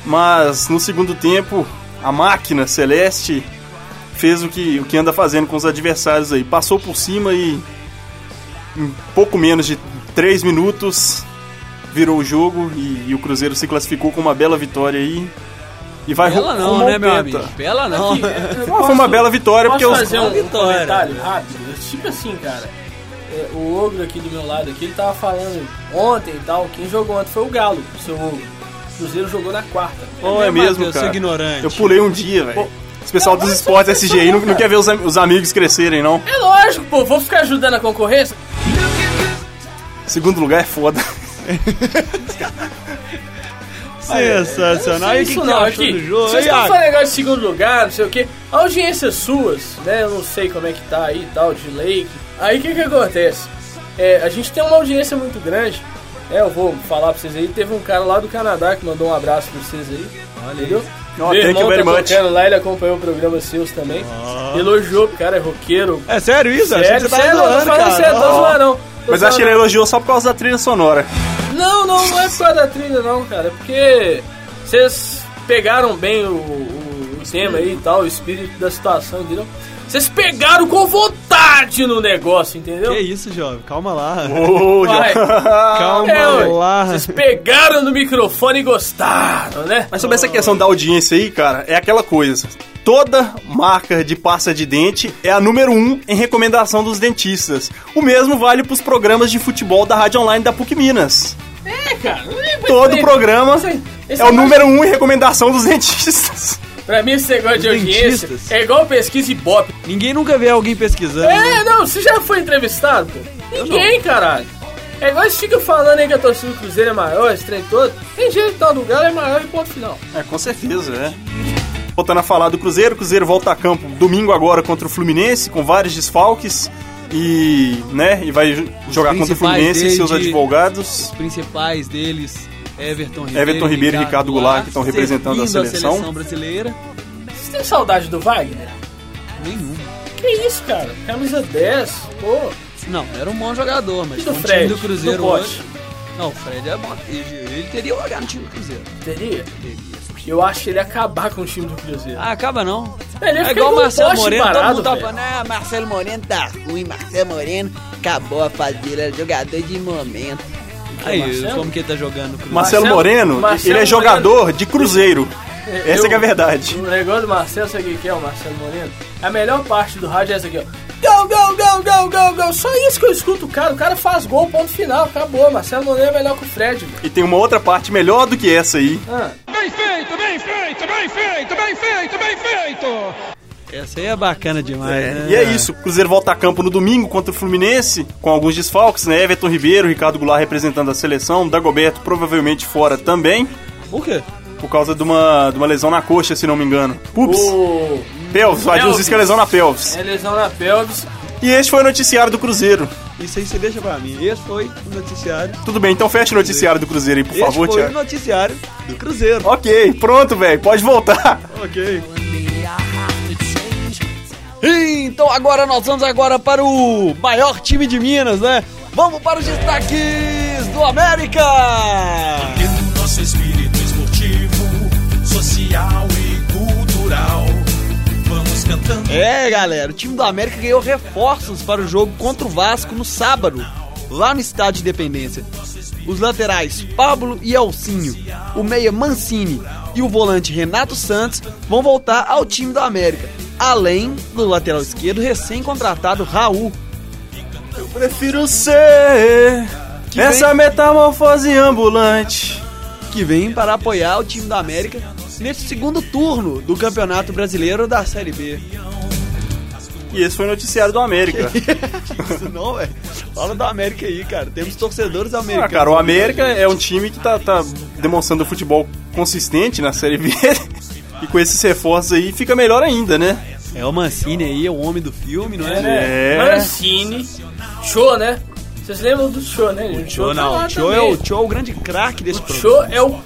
B: Mas no segundo tempo, a máquina celeste fez o que, o que anda fazendo com os adversários aí. Passou por cima e em pouco menos de 3 minutos virou o jogo e, e o Cruzeiro se classificou com uma bela vitória aí. E vai
A: Bela
B: ru-
A: não,
B: rumo ao
A: né, meu
B: Penta.
A: amigo? Bela não. é
C: Aqui, eu
B: Foi
C: posso-
B: uma bela vitória, porque
C: Posso
B: os.
C: fazer um
A: Vitória.
C: comentário rápido? Tipo assim, cara. é, o Ogro aqui do meu lado aqui, ele tava falando ontem e tal. Quem jogou ontem foi o Galo, o seu Ogro. O Cruzeiro jogou na quarta.
B: Não é mesmo,
A: né, Matheus,
B: cara.
A: seu ignorante.
B: Eu pulei um dia, velho. Os pessoal dos esportes SGI não, não quer ver os, am- os amigos crescerem, não.
C: É lógico, pô, vou ficar ajudando a concorrência?
B: Segundo lugar é foda.
A: Sensacional. E o que,
C: sei isso
A: que você
C: não,
A: achou
C: aqui.
A: do jogo?
C: Vocês
A: Aí,
C: estão
A: ah,
C: falando negócio de segundo lugar, não sei o quê. Audiências suas, né? Eu não sei como é que tá aí e tal, de Lake. Aí o que que acontece? É, a gente tem uma audiência muito grande. É, eu vou falar pra vocês aí. Teve um cara lá do Canadá que mandou um abraço pra vocês aí. entendeu?
B: Ó,
C: Meu
B: thank
C: irmão
B: you very
C: tá
B: much.
C: tocando lá, ele acompanhou o programa seus também. Elogiou, cara, é roqueiro.
A: É sério isso? Achei que
C: Sério,
A: você é
C: sério,
A: tava
C: não, não
A: zoando,
C: fala sério, não tô
A: cara.
C: zoando, não. Tô
B: Mas acho que
C: zoando,
B: ele elogiou só por causa da trilha sonora.
C: não, não, não é por causa da trilha não, cara. É porque vocês pegaram bem o, o- o tema aí e tal, o espírito da situação, entendeu? Vocês pegaram com vontade no negócio, entendeu?
A: Oh,
C: É,
A: Que isso, jovem? Calma lá.
B: Ô,
C: Vai.
A: Calma
C: É, ué.
A: lá.
C: Vocês pegaram no microfone e gostaram, né?
B: Mas sobre essa questão da audiência aí, cara, é aquela coisa. Toda marca de pasta de dente é a número um em recomendação dos dentistas. O mesmo vale pros programas de futebol da Rádio Online da PUC Minas.
C: É, cara.
B: Todo
C: Esse-
B: programa
C: esse- esse
B: é o
C: negócio-
B: número um em recomendação dos dentistas.
C: Pra mim, esse negócio de
A: Os
C: audiência
A: dentistas.
C: é igual pesquisa Ibope.
A: Ninguém nunca vê alguém pesquisando. né?
C: É, não, você já foi entrevistado, pô? Ninguém, caralho. É igual eles ficam falando aí que a torcida do Cruzeiro é maior, esse trem todo. Tem jeito, tal do Galo é maior e ponto final.
B: É, com certeza, é. Voltando a falar do Cruzeiro, o Cruzeiro volta a campo domingo agora contra o Fluminense, com vários desfalques. E, né, e vai jo- jogar contra o
A: principais
B: Fluminense e seus
A: desde-
B: advogados.
A: Os principais deles, Everton Ribeiro,
B: Everton Ribeiro e Ricardo Goulart, que estão representando a
A: servindo
B: seleção.
A: brasileira.
C: Vocês têm saudade do Wagner?
A: Nenhum.
C: Que isso, cara? Camisa 10, pô.
A: Não, era um bom jogador, mas
C: E do
A: com o
C: Fred?
A: time do Cruzeiro
C: Do Bote?
A: hoje... Não, o Fred é bom. Ele, ele teria jogado no time do Cruzeiro.
C: Teria? Eu acho que ele ia acabar com o time do Cruzeiro.
A: Ah, acaba não.
C: Ele ia
A: É
C: ficar
A: igual o
C: com um
A: Marcelo
C: poste
A: Moreno, todo
C: parado,
A: mundo tá
C: velho.
A: falando,
G: Ah, Marcelo Moreno tá ruim, Marcelo Moreno acabou a fase dele, era jogador de momento.
A: Aí,
C: Marcelo?
A: como que ele tá jogando no Cruzeiro?
B: Marcelo,
C: Marcelo-
B: Moreno,
C: Marcelo
B: ele é
C: Moreno.
B: jogador de Cruzeiro. Essa
C: Eu-
B: que é a verdade.
C: O negócio do Marcelo, sabe o que é o Marcelo Moreno? A melhor parte do rádio é essa aqui, ó. Gol, gol, gol, gol, gol, gol. Só isso que eu escuto o cara. O cara faz gol, ponto final, acabou. Marcelo Moreno é melhor que o Fred, velho.
B: E tem uma outra parte melhor do que essa aí.
C: Ah,
A: Essa aí é bacana demais,
B: É,
A: né?
B: E é isso, o Cruzeiro volta a campo no domingo contra o Fluminense, com alguns desfalques, né? Everton Ribeiro, Ricardo Goulart representando a seleção, Dagoberto provavelmente fora também,
A: Por quê?
B: por causa de uma, de uma lesão na coxa, se não me engano. Pups,
C: o...
B: pelvis, o Adilson diz que é lesão na pelvis.
C: É lesão na pelvis.
B: E este foi o noticiário do Cruzeiro.
A: Isso aí você deixa pra mim. Esse foi o noticiário.
B: Tudo bem, então fecha o noticiário do Cruzeiro aí, por favor,
A: Esse foi o
B: Thiago.
A: noticiário do Cruzeiro.
B: Ok, pronto, velho, pode voltar.
A: Ok.
E: Então agora nós vamos agora para o maior time de Minas, né?
A: Vamos para os destaques do América!
H: Tendo nosso espírito esportivo, social e cultural. Vamos cantando.
A: É, galera, o time do América ganhou reforços para o jogo contra o Vasco no sábado, lá no estádio Independência. Os laterais Pablo e Elcinho, o meia Mancini e o volante Renato Santos vão voltar ao time do América, além do lateral esquerdo recém-contratado Raul.
B: Prefiro ser essa metamorfose ambulante.
A: que vem para apoiar o time da América nesse segundo turno do Campeonato Brasileiro da Série B.
B: E esse foi o noticiário do América.
A: Isso não, velho. Fala do América aí, cara. Temos torcedores
B: Ah,
A: americanos.
B: cara, o América é um time que tá, tá demonstrando futebol consistente na Série B. E com esses reforços aí fica melhor ainda, né?
C: É, né?
A: É o Mancini aí, é o homem do filme, não é?
B: É.
C: Mancini. Show, né? Vocês lembram do show, né? gente?
A: O Cho não. O Cho é o, Cho é o grande craque desse
C: O
A: programa.
C: show é o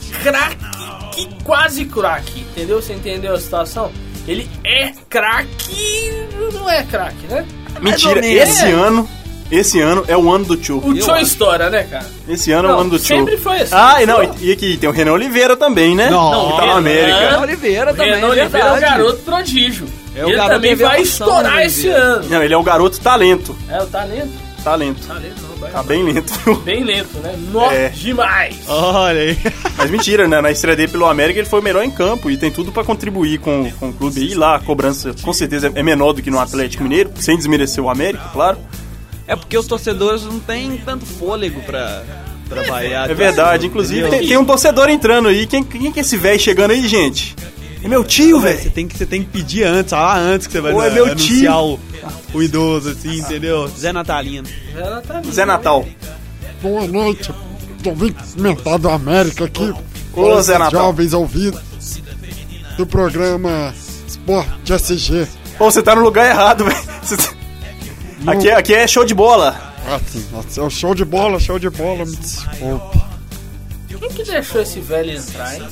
C: craque, quase craque, entendeu? Você entendeu a situação? Ele é craque, não é craque, né?
B: Mentira,
C: menos. É.
B: esse ano. Esse ano é o ano do Tio.
C: O show estoura, né, cara?
B: Esse ano é o
C: Não,
B: ano do Tio.
C: sempre foi assim.
B: Ah, e não,
A: então
B: e, e aqui tem o Renan Oliveira também, né?
A: Não,
B: que tá na
C: Renan-
B: América.
A: Renan Oliveira
C: é O
A: também,
C: Renan
A: é
C: Oliveira é o
A: verdade.
C: garoto prodígio.
A: É o
C: ele
A: garoto
C: também vai
A: revelação,
C: estourar
A: né,
C: esse
A: Oliveira?
C: ano.
B: Não, ele é o garoto talento.
C: É, o talento.
B: Talento.
C: Talento não, vai.
B: Tá bem lento.
C: Bem lento, né? Nó
B: É.
C: demais.
A: Olha aí.
B: Mas mentira, né? Na estreia dele pelo América ele foi o melhor em campo e tem tudo pra contribuir com, com o clube. E lá a cobrança com certeza é menor do que no Atlético Mineiro, sem desmerecer o América, claro.
A: É porque os torcedores não têm tanto fôlego pra trabalhar. tá?
B: É verdade, inclusive tem, tem um torcedor entrando aí. Quem, quem que é esse velho chegando aí, gente? É meu tio,
A: Você
B: velho.
A: tem, que, você tem que pedir antes, falar antes que você vai
B: Ou é
A: an-
B: meu
A: anunciar o, o idoso, assim, entendeu? Zé Natalino.
C: Ela tá linda,
B: Zé Natal.
I: Boa noite, ouvintes mental da América aqui.
B: Ô, Zé Natal.
I: Jovens ouvintes do programa Sport SG.
B: Ô, você tá no lugar errado, velho. Você tá- Aqui, é- aqui é show de bola.
I: Assim, assim, é um show de bola, show de bola, me desculpa.
C: né? Quem que deixou esse velho entrar, hein?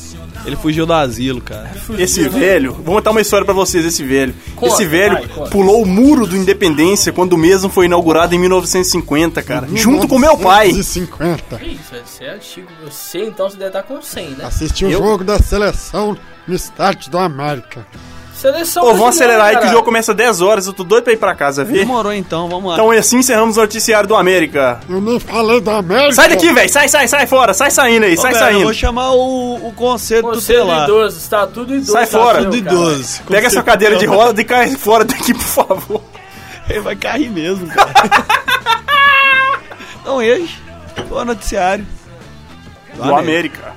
A: Ele fugiu do asilo, cara.
B: Esse velho, vou contar uma história pra vocês, esse velho.
C: Conta,
B: esse velho
C: vai, conta.
B: pulou o muro do Independência quando o mesmo foi inaugurado em 1950, cara. Junto com meu pai.
I: 1950.
C: Que isso, velho? Você é antigo. Você então você deve estar com 100,
A: Tá
C: né?
I: Assisti o
B: Eu?
I: jogo da seleção no estádio do América.
C: Seleção.
B: Ô, vamos
C: brasileira,
B: acelerar aí que o
C: caralho.
B: jogo começa às 10 horas, eu tô doido pra ir pra casa ver.
A: Demorou então, vamos lá.
B: Então assim encerramos o noticiário do América.
I: Eu nem falei do América.
B: Sai daqui, velho, sai, sai, sai fora, sai saindo
A: Ô,
B: aí, Então, sai
A: cara, eu Vou
B: saindo.
A: chamar o, o conselho do
C: Você é
A: tutelar.
C: idoso, está tudo idoso.
B: Sai
C: tá
B: fora.
C: seu,
A: Do
C: cara.
A: idoso.
B: Pega essa cadeira de roda e cai fora daqui, por favor.
A: Ele vai cair mesmo, cara. então, eles, o noticiário.
B: Do América.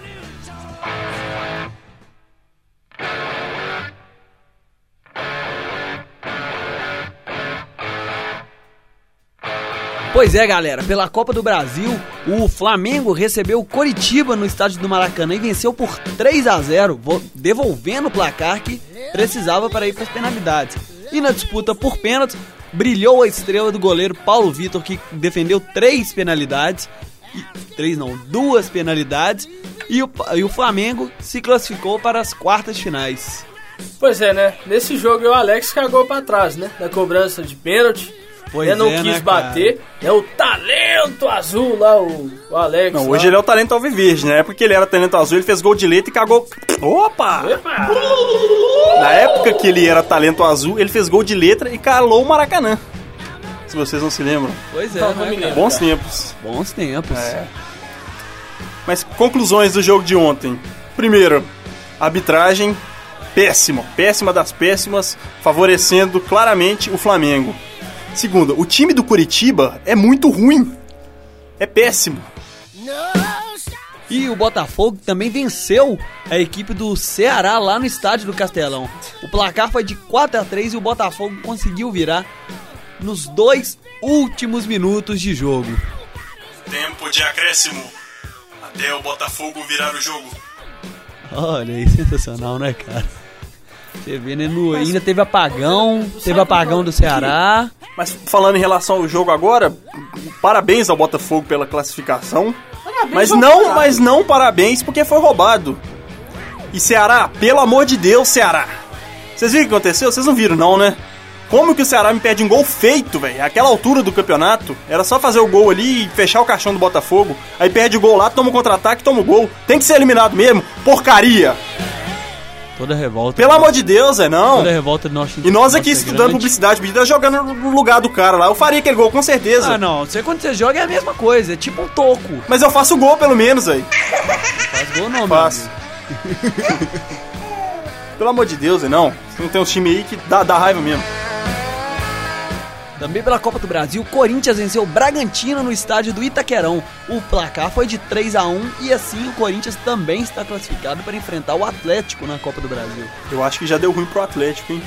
A: Pois é, galera, pela Copa do Brasil, o Flamengo recebeu o Coritiba no estádio do Maracanã e venceu por 3 a 0, vo- devolvendo o placar que precisava para ir para as penalidades. E na disputa por pênaltis, brilhou a estrela do goleiro Paulo Vitor, que defendeu três penalidades, e- três não, duas penalidades, e o, pa- e o Flamengo se classificou para as quartas finais.
C: Pois é, né? Nesse jogo o Alex cagou pra trás, né? Na cobrança de pênalti.
A: Pois
C: né? Não
A: é,
C: quis
A: né,
C: bater. É o talento azul lá, o, o Alex.
B: Não, hoje ele é o talento alviverde, né? Na época que ele era talento azul, ele fez gol de letra e cagou. Opa!
C: Ah,
B: Na época que ele era talento azul, ele fez gol de letra e calou o Maracanã. Se vocês não se lembram.
A: Pois é,
C: né, cara?
B: Bons tempos.
A: bons tempos.
B: É. Mas conclusões do jogo de ontem. Primeiro, arbitragem péssima, péssima das péssimas, favorecendo claramente o Flamengo. Segundo, o time do Curitiba é muito ruim. É péssimo.
A: E o Botafogo também venceu a equipe do Ceará lá no estádio do Castelão. O placar foi de 4 a 3 e o Botafogo conseguiu virar nos dois últimos minutos de jogo.
B: Tempo de acréscimo. Até o Botafogo virar o jogo.
A: Olha aí, sensacional, né, cara? Você vê, né? no- ainda teve apagão, teve apagão do Ceará.
B: Mas falando em relação ao jogo agora, parabéns ao Botafogo pela classificação. mas não, mas não parabéns porque foi roubado. E Ceará, pelo amor de Deus, Ceará. Vocês viram o que aconteceu? Vocês não viram não, né? Como que o Ceará me perde um gol feito, velho? Aquela altura do campeonato, era só fazer o gol ali e fechar o caixão do Botafogo. Aí perde o gol lá, toma o contra-ataque, toma o gol. Tem que ser eliminado mesmo. Porcaria.
A: Toda revolta.
B: Pelo amor de Deus, é não.
A: Toda revolta do nosso
B: E nós
A: nosso
B: aqui
A: é
B: estudando
A: grande.
B: publicidade, medida jogando no lugar do cara lá. Eu faria aquele gol com certeza.
A: Ah, não. Você quando você joga é a mesma coisa, é tipo um toco.
B: Mas eu faço gol pelo menos aí.
A: Faz gol não, meu
B: Faço.
A: amigo.
B: pelo amor de Deus, não. Não tem uns time aí que dá, dá raiva mesmo.
A: Também pela Copa do Brasil, o Corinthians venceu o Bragantino no estádio do Itaquerão. O placar foi de 3 a 1 e assim o Corinthians também está classificado para enfrentar o Atlético na Copa do Brasil.
B: Eu acho que já deu ruim pro Atlético, hein?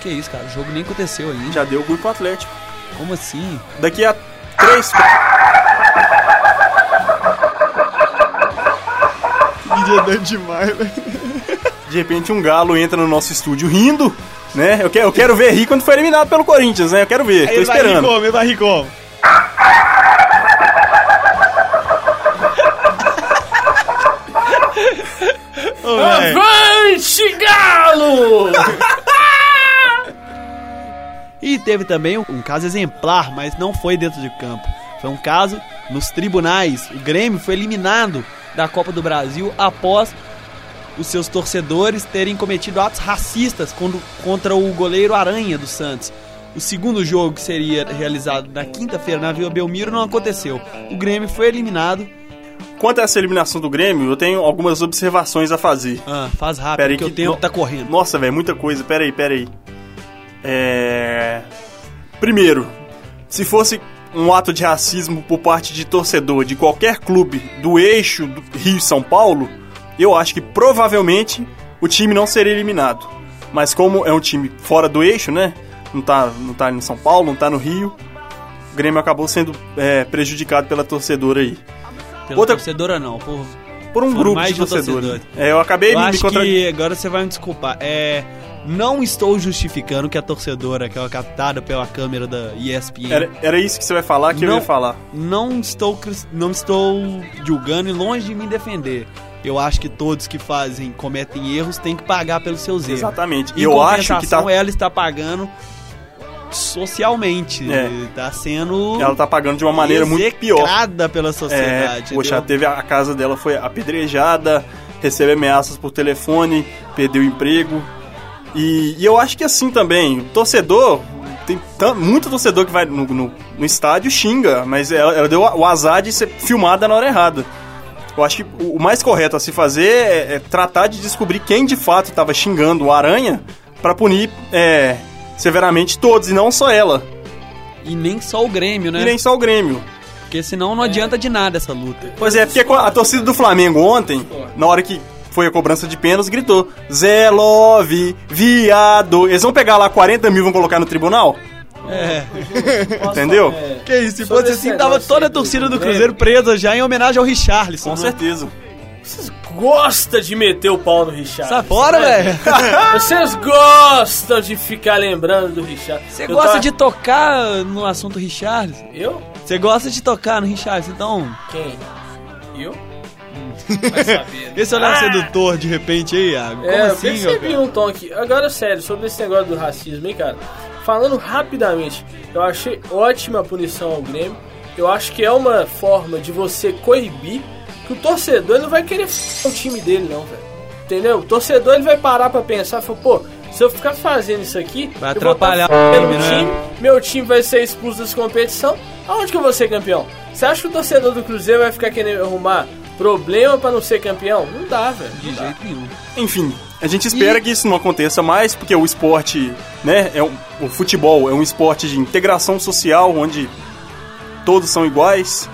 A: Que isso, cara? O jogo nem aconteceu ainda.
B: Já deu ruim pro Atlético.
A: Como assim?
B: Daqui a três.
I: Dia dando demais, né? velho.
B: De repente um galo entra no nosso estúdio rindo, né? Eu quero, eu quero ver rir quando foi eliminado pelo Corinthians, né? Eu quero ver, tô esperando.
A: como? Ele vai rir como? É.
E: velho.
C: Avante, Galo!
A: E teve também um caso exemplar, mas não foi dentro de campo. Foi um caso nos tribunais. O Grêmio foi eliminado da Copa do Brasil após os seus torcedores terem cometido atos racistas quando- contra o goleiro Aranha do Santos. O segundo jogo, que seria realizado na quinta-feira na Vila Belmiro, não aconteceu. O Grêmio foi eliminado.
B: Quanto a essa eliminação do Grêmio, eu tenho algumas observações a fazer.
A: Ah, faz rápido,
B: Pera aí
A: porque
B: que
A: o tempo
B: no-
A: tá correndo.
B: Nossa, velho, muita coisa. Pera aí, pera aí. É... Primeiro, se fosse um ato de racismo por parte de torcedor de qualquer clube do eixo do Rio e São Paulo, eu acho que provavelmente o time não seria eliminado. Mas como é um time fora do eixo, né? Não tá, não tá em São Paulo, não tá no Rio. O Grêmio acabou sendo é, prejudicado pela torcedora aí.
A: Pela
B: outra-
A: torcedora não, por
B: Por um
A: Foram
B: grupo
A: mais
B: de
A: de um
B: torcedores.
A: torcedor.
B: É, eu acabei
A: Eu
B: me
A: acho
B: contra-
A: que agora você vai me desculpar. É, não estou justificando que a torcedora, que é captada pela câmera da ESPN,
B: Era, era isso que você vai falar que eu
A: Não.
B: ia falar.
A: não estou cris- não estou julgando e longe de me defender. Eu acho que todos que fazem, cometem erros, têm que pagar pelos seus erros.
B: Exatamente.
A: Em
B: E eu acho que tá,
A: compensação, é ela está pagando socialmente.
B: É.
A: Está sendo
B: ela tá pagando de uma maneira muito pior.
A: execrada pela
B: É,
A: sociedade.
B: poxa,
A: entendeu?
B: teve a, a casa dela foi apedrejada, recebe ameaças por telefone, perdeu o emprego. E, e eu acho que assim também, o torcedor, tem tan- muito torcedor que vai no, no, no estádio xinga, mas ela, ela deu o azar de ser filmada na hora errada. Eu acho que o o mais correto a se fazer é, é tratar de descobrir quem de fato estava xingando o Aranha pra punir é, severamente todos e não só ela.
A: E nem só o Grêmio, né?
B: E nem É. só o Grêmio.
A: Porque senão não adianta de nada essa luta.
B: Pois é, porque a torcida do Flamengo ontem, na hora que foi a cobrança de pênalti, gritou: Zé Love, viado. Eles vão pegar lá 40 mil e vão colocar no tribunal?
A: É.
B: Entendeu?
A: Que isso, se
C: Sobre
A: fosse
C: esse
A: assim, tava
C: negócio
A: toda
C: aí
A: a torcida do
C: Grêmio.
A: Cruzeiro presa já em homenagem ao Richarlison.
B: Com
A: né?
B: certeza.
C: Vocês gostam de meter o pau no Richard.
A: Sai tá fora, velho.
C: Vocês gostam de ficar lembrando do Richard.
A: Você gosta de tocar no assunto Richarlison?
C: Eu?
A: Você gosta de tocar no Richarlison, então...
C: Quem? Eu? Vai saber. né?
A: Esse olhar sedutor, de repente, aí, Iago. Como
C: é, eu
A: assim, meu
C: percebi
A: cara?
C: um tom aqui. Agora, sério, sobre esse negócio do racismo, hein, cara. Falando rapidamente, eu achei ótima a punição ao Grêmio. Eu acho que é uma forma de você coibir que o torcedor não vai querer f- o time dele, não, velho. Entendeu? O torcedor ele vai parar pra pensar e falar, pô, se eu ficar fazendo isso aqui,
A: Vai
C: eu vou
A: atrapalhar
C: tá f***endo
A: o time,
C: o
A: né?
C: time, meu time vai ser expulso dessa competição. Aonde que eu vou ser campeão? Você acha que o torcedor do Cruzeiro vai ficar querendo arrumar problema pra não ser campeão? Não dá, velho. não
A: De
C: dá.
A: jeito nenhum.
B: Enfim, a gente espera que isso não aconteça mais, porque o esporte, né, é um, o futebol é um esporte de integração social, onde todos são iguais.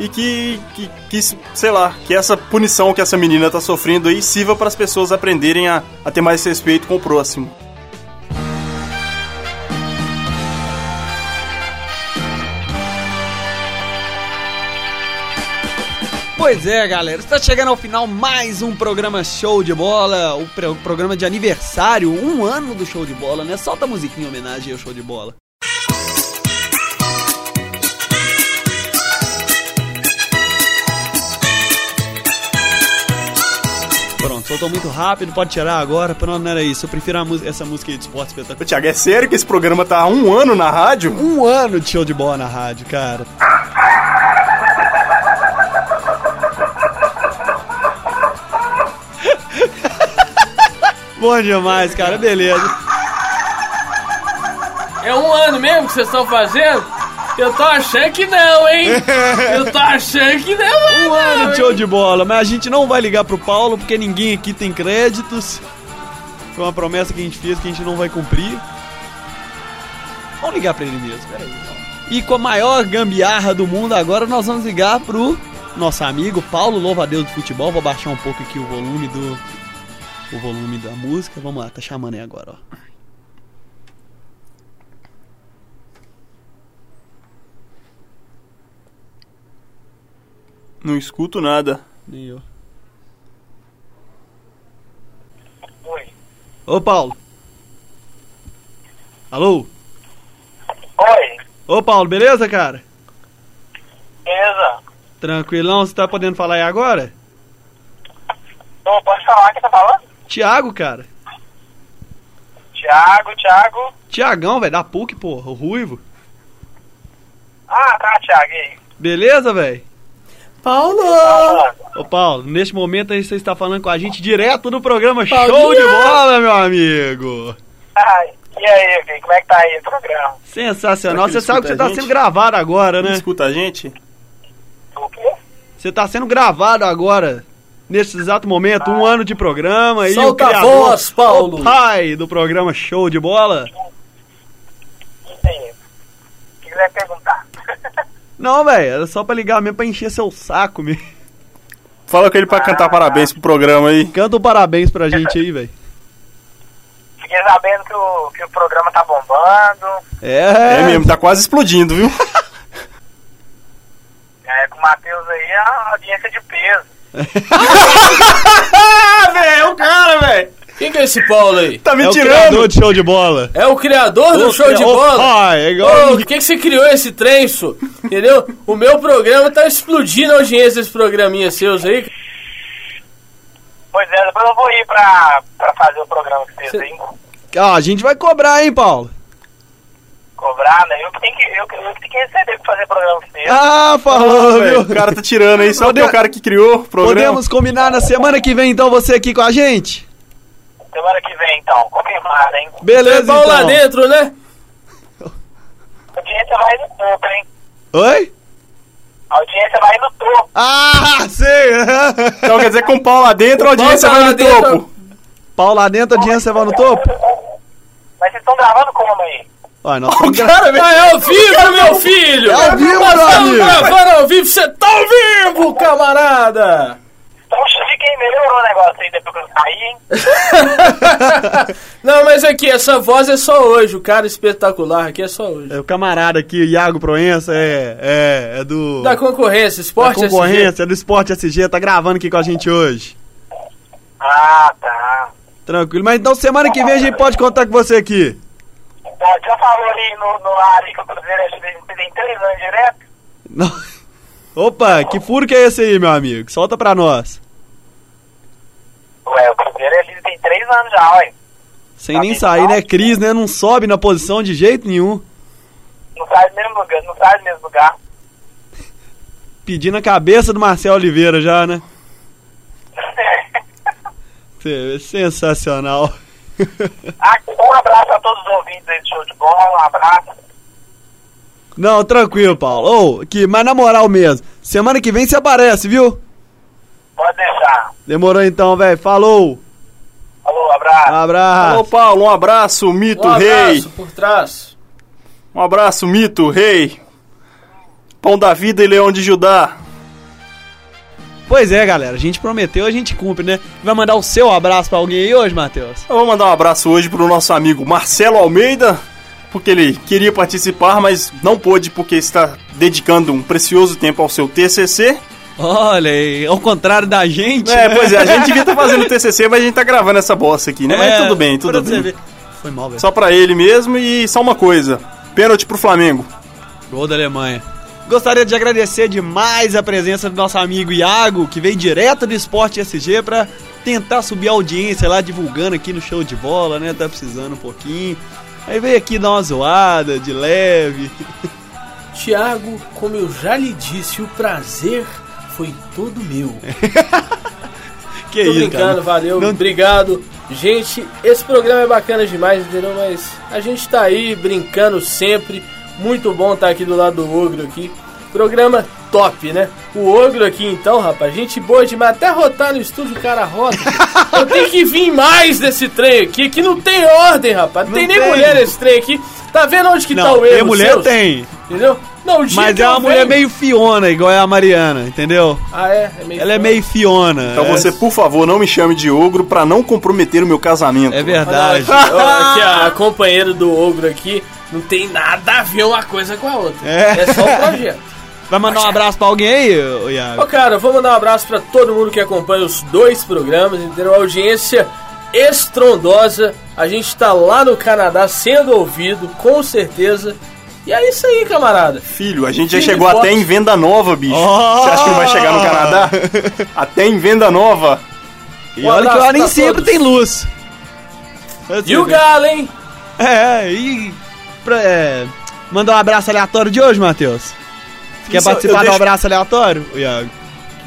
B: E que, que, que isso, sei lá, que essa punição que essa menina tá sofrendo aí sirva para as pessoas aprenderem a, a ter mais respeito com o próximo.
A: Pois é, galera, está chegando ao final mais um programa Show de Bola, o pro- programa de aniversário, um ano do Show de Bola, né? Solta a musiquinha em homenagem ao Show de Bola. Pronto, soltou muito rápido, pode tirar agora, pronto, não era isso, eu prefiro a mus- essa música aí de esporte espetacular.
B: Ô, Thiago, é sério que esse programa tá há um ano na rádio?
A: Um ano de Show de Bola na rádio, cara. Bom demais, cara, beleza.
C: É um ano mesmo que vocês estão fazendo? Eu tô achando que não, hein? Eu tô achando que não, hein?
A: Um ano de Show de Bola, mas a gente não vai ligar pro Paulo porque ninguém aqui tem créditos. Foi uma promessa que a gente fez que a gente não vai cumprir. Vamos ligar pra ele mesmo, peraí. E com a maior gambiarra do mundo agora, nós vamos ligar pro nosso amigo Paulo Louvadeus do Futebol. Vou baixar um pouco aqui o volume do. O volume da música. Vamos lá, tá chamando aí agora, ó.
B: Não escuto nada.
A: Nem eu. Oi. Ô, Paulo. Alô?
J: Oi,
A: Ô, Paulo, beleza, cara?
J: beleza?
A: Tranquilão, você tá podendo falar aí agora?
J: Não, pode falar quem tá falando?
A: Tiago, cara.
J: Thiago, Thiago.
A: Tiagão, velho, da PUC, porra. O ruivo.
J: Ah, tá, Thiago, e aí?
A: Beleza, velho?
E: Paulo!
A: Ô, Paulo, neste momento aí você está falando com a gente direto do programa Show de Bola, meu amigo.
J: Ai, e aí, Vi, como é que tá aí o programa?
A: Sensacional.
B: Será que
A: Você
B: ele
A: sabe que você tá
B: escuta a gente?
A: sendo gravado agora,
B: Ele
A: né?
B: escuta a gente?
J: O quê?
A: Você tá sendo gravado agora. Neste exato momento, um ano de programa e
C: Solta
A: o
C: a
A: criador,
C: voz, Paulo.
A: o pai do programa Show de Bola.
J: Entendi. Se quiser perguntar.
A: Não, velho, era só pra ligar mesmo pra encher seu saco, me.
B: Fala com ele pra cantar parabéns pro programa aí.
A: Canta um parabéns pra gente aí, velho.
J: Fiquei sabendo que o, que o programa tá bombando,
A: É,
B: É mesmo, tá quase explodindo, viu?
J: é, com o Matheus aí é uma audiência de peso.
B: Ah, velho, o cara, velho.
C: Quem que é esse Paulo aí?
B: Tá me
A: é o
B: tirando.
A: criador de Show de Bola.
C: É o criador do show de
A: Ô,
C: bola?
A: pai, é igual
C: Ô, por que, que você criou esse trenço? Entendeu? O meu programa tá explodindo a audiência desses programinhas seus aí.
J: Pois é, depois eu vou ir pra, pra fazer o programa que vocês
C: Cê-
J: aí.
A: Ah, a gente vai cobrar, hein, Paulo?
J: Cobrar, né? Eu que tenho que, eu, que- eu que tenho que receber pra fazer programa com vocês.
A: Ah, falou,
B: Velho,
A: viu?
B: o cara tá tirando aí, só porque
A: Podemos-
B: o cara que criou o programa.
A: Podemos combinar na semana que vem, então, você aqui com a gente?
J: Semana que vem, então. Confirmado, hein?
A: Beleza,
C: Tem Paulo lá
A: então.
C: dentro, né?
J: A audiência vai no topo, hein?
A: Oi?
J: A audiência vai no topo.
A: Ah, sei.
B: Então quer dizer que com o pau lá dentro, a audiência
C: Paulo
B: vai
C: tá
B: no
C: lá dentro.
B: topo.
A: Paulo lá dentro, a audiência vai no topo?
J: Mas vocês estão gravando como aí?
A: Ó, nós estamos gra-
B: Cara, velho.
C: Ah, é ao vivo, meu filho!
A: É ao vivo, meu
C: Estamos
A: amigo.
C: gravando ao vivo, você tá ao vivo, camarada!
J: Então fiquem melhorou o negócio aí depois que eu saí, hein?
C: Não, mas aqui, essa voz é só hoje, o cara espetacular aqui é só hoje.
A: É, O camarada aqui, o Iago Proença, é, é, é do...
C: Da concorrência,
A: da
C: esporte
A: concorrência, é do Esporte SG, tá gravando aqui com a gente hoje.
J: Ah, tá.
A: Tranquilo, mas então semana que vem a gente pode contar com você aqui.
J: Tá, já falou ali no, no ar aí que o Cruzeiro é de- tem três anos direto?
A: Não- Opa, que furo que é esse aí, meu amigo? Solta pra nós.
J: Ué, o Cruzeiro é líder tem três anos já, ué. Tá
A: Sem nem sair, né? Cris, né? Não sobe na posição de jeito nenhum.
J: Não sai do mesmo lugar, não sai do mesmo lugar.
A: Pedindo a cabeça do Marcel Oliveira já, né? Cê- é Sensacional.
J: Ah, um abraço a todos os ouvintes aí do show de bola, um abraço.
A: Não, tranquilo, Paulo. Ô, que, mas na moral mesmo, semana que vem você aparece, viu?
J: Pode deixar.
A: Demorou então, velho. Falou.
J: Falou, abraço.
B: Ô,
A: Abraço.
B: Paulo, um abraço, mito,
C: Um
B: rei.
C: abraço por trás.
B: Um abraço, mito, rei. Pão da vida e leão de Judá.
A: Pois é, galera. A gente prometeu, a gente cumpre, né? Vai mandar o seu abraço pra alguém aí hoje, Matheus?
B: Eu vou mandar um abraço hoje pro nosso amigo Marcelo Almeida, porque ele queria participar, mas não pôde porque está dedicando um precioso tempo ao seu TCC.
A: Olha aí, ao contrário da gente. né?
B: É, pois é, a gente devia estar fazendo o TCC, mas a gente tá gravando essa bosta aqui, né?
A: é,
B: mas tudo bem, tudo
A: pra você
B: bem.
A: ver. Foi mal, velho.
B: Só pra ele mesmo e só uma coisa. Pênalti pro Flamengo.
A: Gol da Alemanha. Gostaria de agradecer demais a presença do nosso amigo Iago, que veio direto do Esporte SG pra tentar subir a audiência lá, divulgando aqui no show de bola, né? Tá precisando um pouquinho. Aí veio aqui dar uma zoada de leve.
C: Tiago, como eu já lhe disse, o prazer foi todo meu.
A: Que
C: Tô
A: isso,
C: brincando,
A: cara.
C: valeu,
A: Não-
C: obrigado. Gente, esse programa é bacana demais, entendeu? Mas a gente tá aí brincando sempre. Muito bom estar aqui do lado do Ogro aqui. Programa top, né? O Ogro aqui então, rapaz, gente boa demais. Até rotar no estúdio, o cara rota. Eu tenho que vir mais desse trem aqui, que não tem ordem, rapaz. Não,
A: Não
C: tem nem
A: tem.
C: mulher nesse trem aqui. Tá vendo onde que tá
A: Não,
C: o
A: tem
C: erro
A: mulher
C: seu?
A: tem,
C: Entendeu? Não, o dia
A: mas
C: que
A: é uma
C: eu
A: mulher
C: venho-
A: meio fiona, igual é a Mariana, entendeu?
C: Ah, é? é meio
A: Ela é
C: fã.
A: meio fiona.
B: Então
A: é,
B: você, por favor, não me chame de ogro pra não comprometer o meu casamento.
A: É
C: Olha,
A: verdade.
C: ó, aqui, ó, a companheira do Ogro aqui não tem nada a ver uma coisa com a outra.
A: É.
C: É só o projeto.
A: Vai mandar um abraço pra alguém aí, ô Iago?
C: Ô, cara, vou mandar um abraço pra todo mundo que acompanha os dois programas, entendeu? A audiência estrondosa. A gente tá lá no Canadá sendo ouvido, com certeza. E é isso aí, camarada.
B: Filho, a gente já
C: Filho,
B: chegou
C: forte.
B: até em venda nova, bicho.
A: Oh!
B: Você acha que não vai chegar no Canadá? até em venda nova.
A: E olha que lá
C: um abraço
A: nem
C: pra
A: sempre
C: todos.
A: tem luz.
C: E o Galo, hein?
A: É, e. Pra, é, mandar um abraço aleatório de hoje, Matheus. Você quer
B: Isso, eu
A: participar do
B: deixo-
A: abraço aleatório, Iago?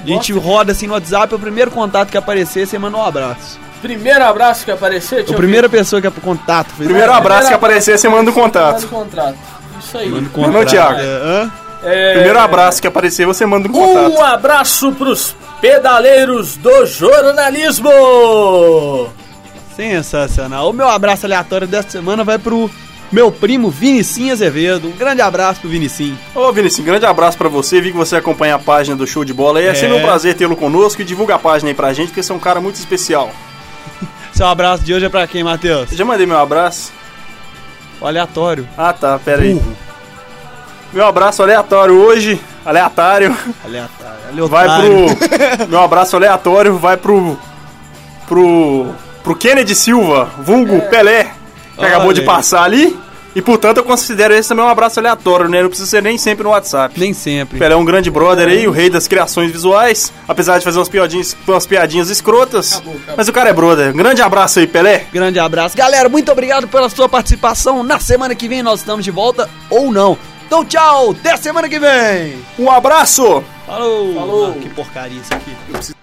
A: A gente roda assim no WhatsApp, o primeiro contato que aparecer, você manda um abraço.
C: Primeiro abraço que apareceu, deixa
A: A
C: eu
A: primeira pessoa que é pro contato. Foi
B: Primeiro abraço que
C: Primeiro
B: aparecer, você manda o
C: ver. Manda o
B: contato.
C: contrato. Isso aí.
A: Manda o
B: Não, não,
A: contrato.
B: Thiago.
A: É, hã?
C: É,
B: Primeiro abraço que aparecer, você manda o contato.
C: Um abraço pros pedaleiros do jornalismo!
A: Sensacional. O meu abraço aleatório desta semana vai pro meu primo Vinicinho Azevedo. Um grande abraço pro Vinicinho.
B: Ô, Vinicius, um grande abraço pra você. Vi que você acompanha a página do Show de Bola. E é,
A: É.
B: sempre um prazer tê-lo conosco. E divulga a página aí pra gente, porque você é um cara muito especial.
A: Seu abraço de hoje é pra quem, Matheus?
B: Eu já mandei meu abraço.
A: O aleatório.
B: Ah, tá, pera aí. Meu abraço aleatório hoje, aleatório,
A: Aleatório.
B: vai
A: Aleatório.
B: pro... meu abraço aleatório vai pro... pro... pro Kennedy Silva, vulgo Pelé, que
A: Olha
B: acabou de
A: aí.
B: passar ali. E, portanto, eu considero esse também um abraço aleatório, né? Não precisa ser nem sempre no WhatsApp.
A: Nem sempre.
B: Pelé é um grande brother aí, o rei das criações visuais, apesar de fazer umas piadinhas, umas piadinhas escrotas. Mas o cara é brother. Um grande abraço aí, Pelé.
A: Grande abraço. Galera, muito obrigado pela sua participação. Na semana que vem nós estamos de volta ou não. Então tchau, até semana que vem.
B: Um abraço!
A: Falou.
C: Falou.
A: Ah, que porcaria isso aqui.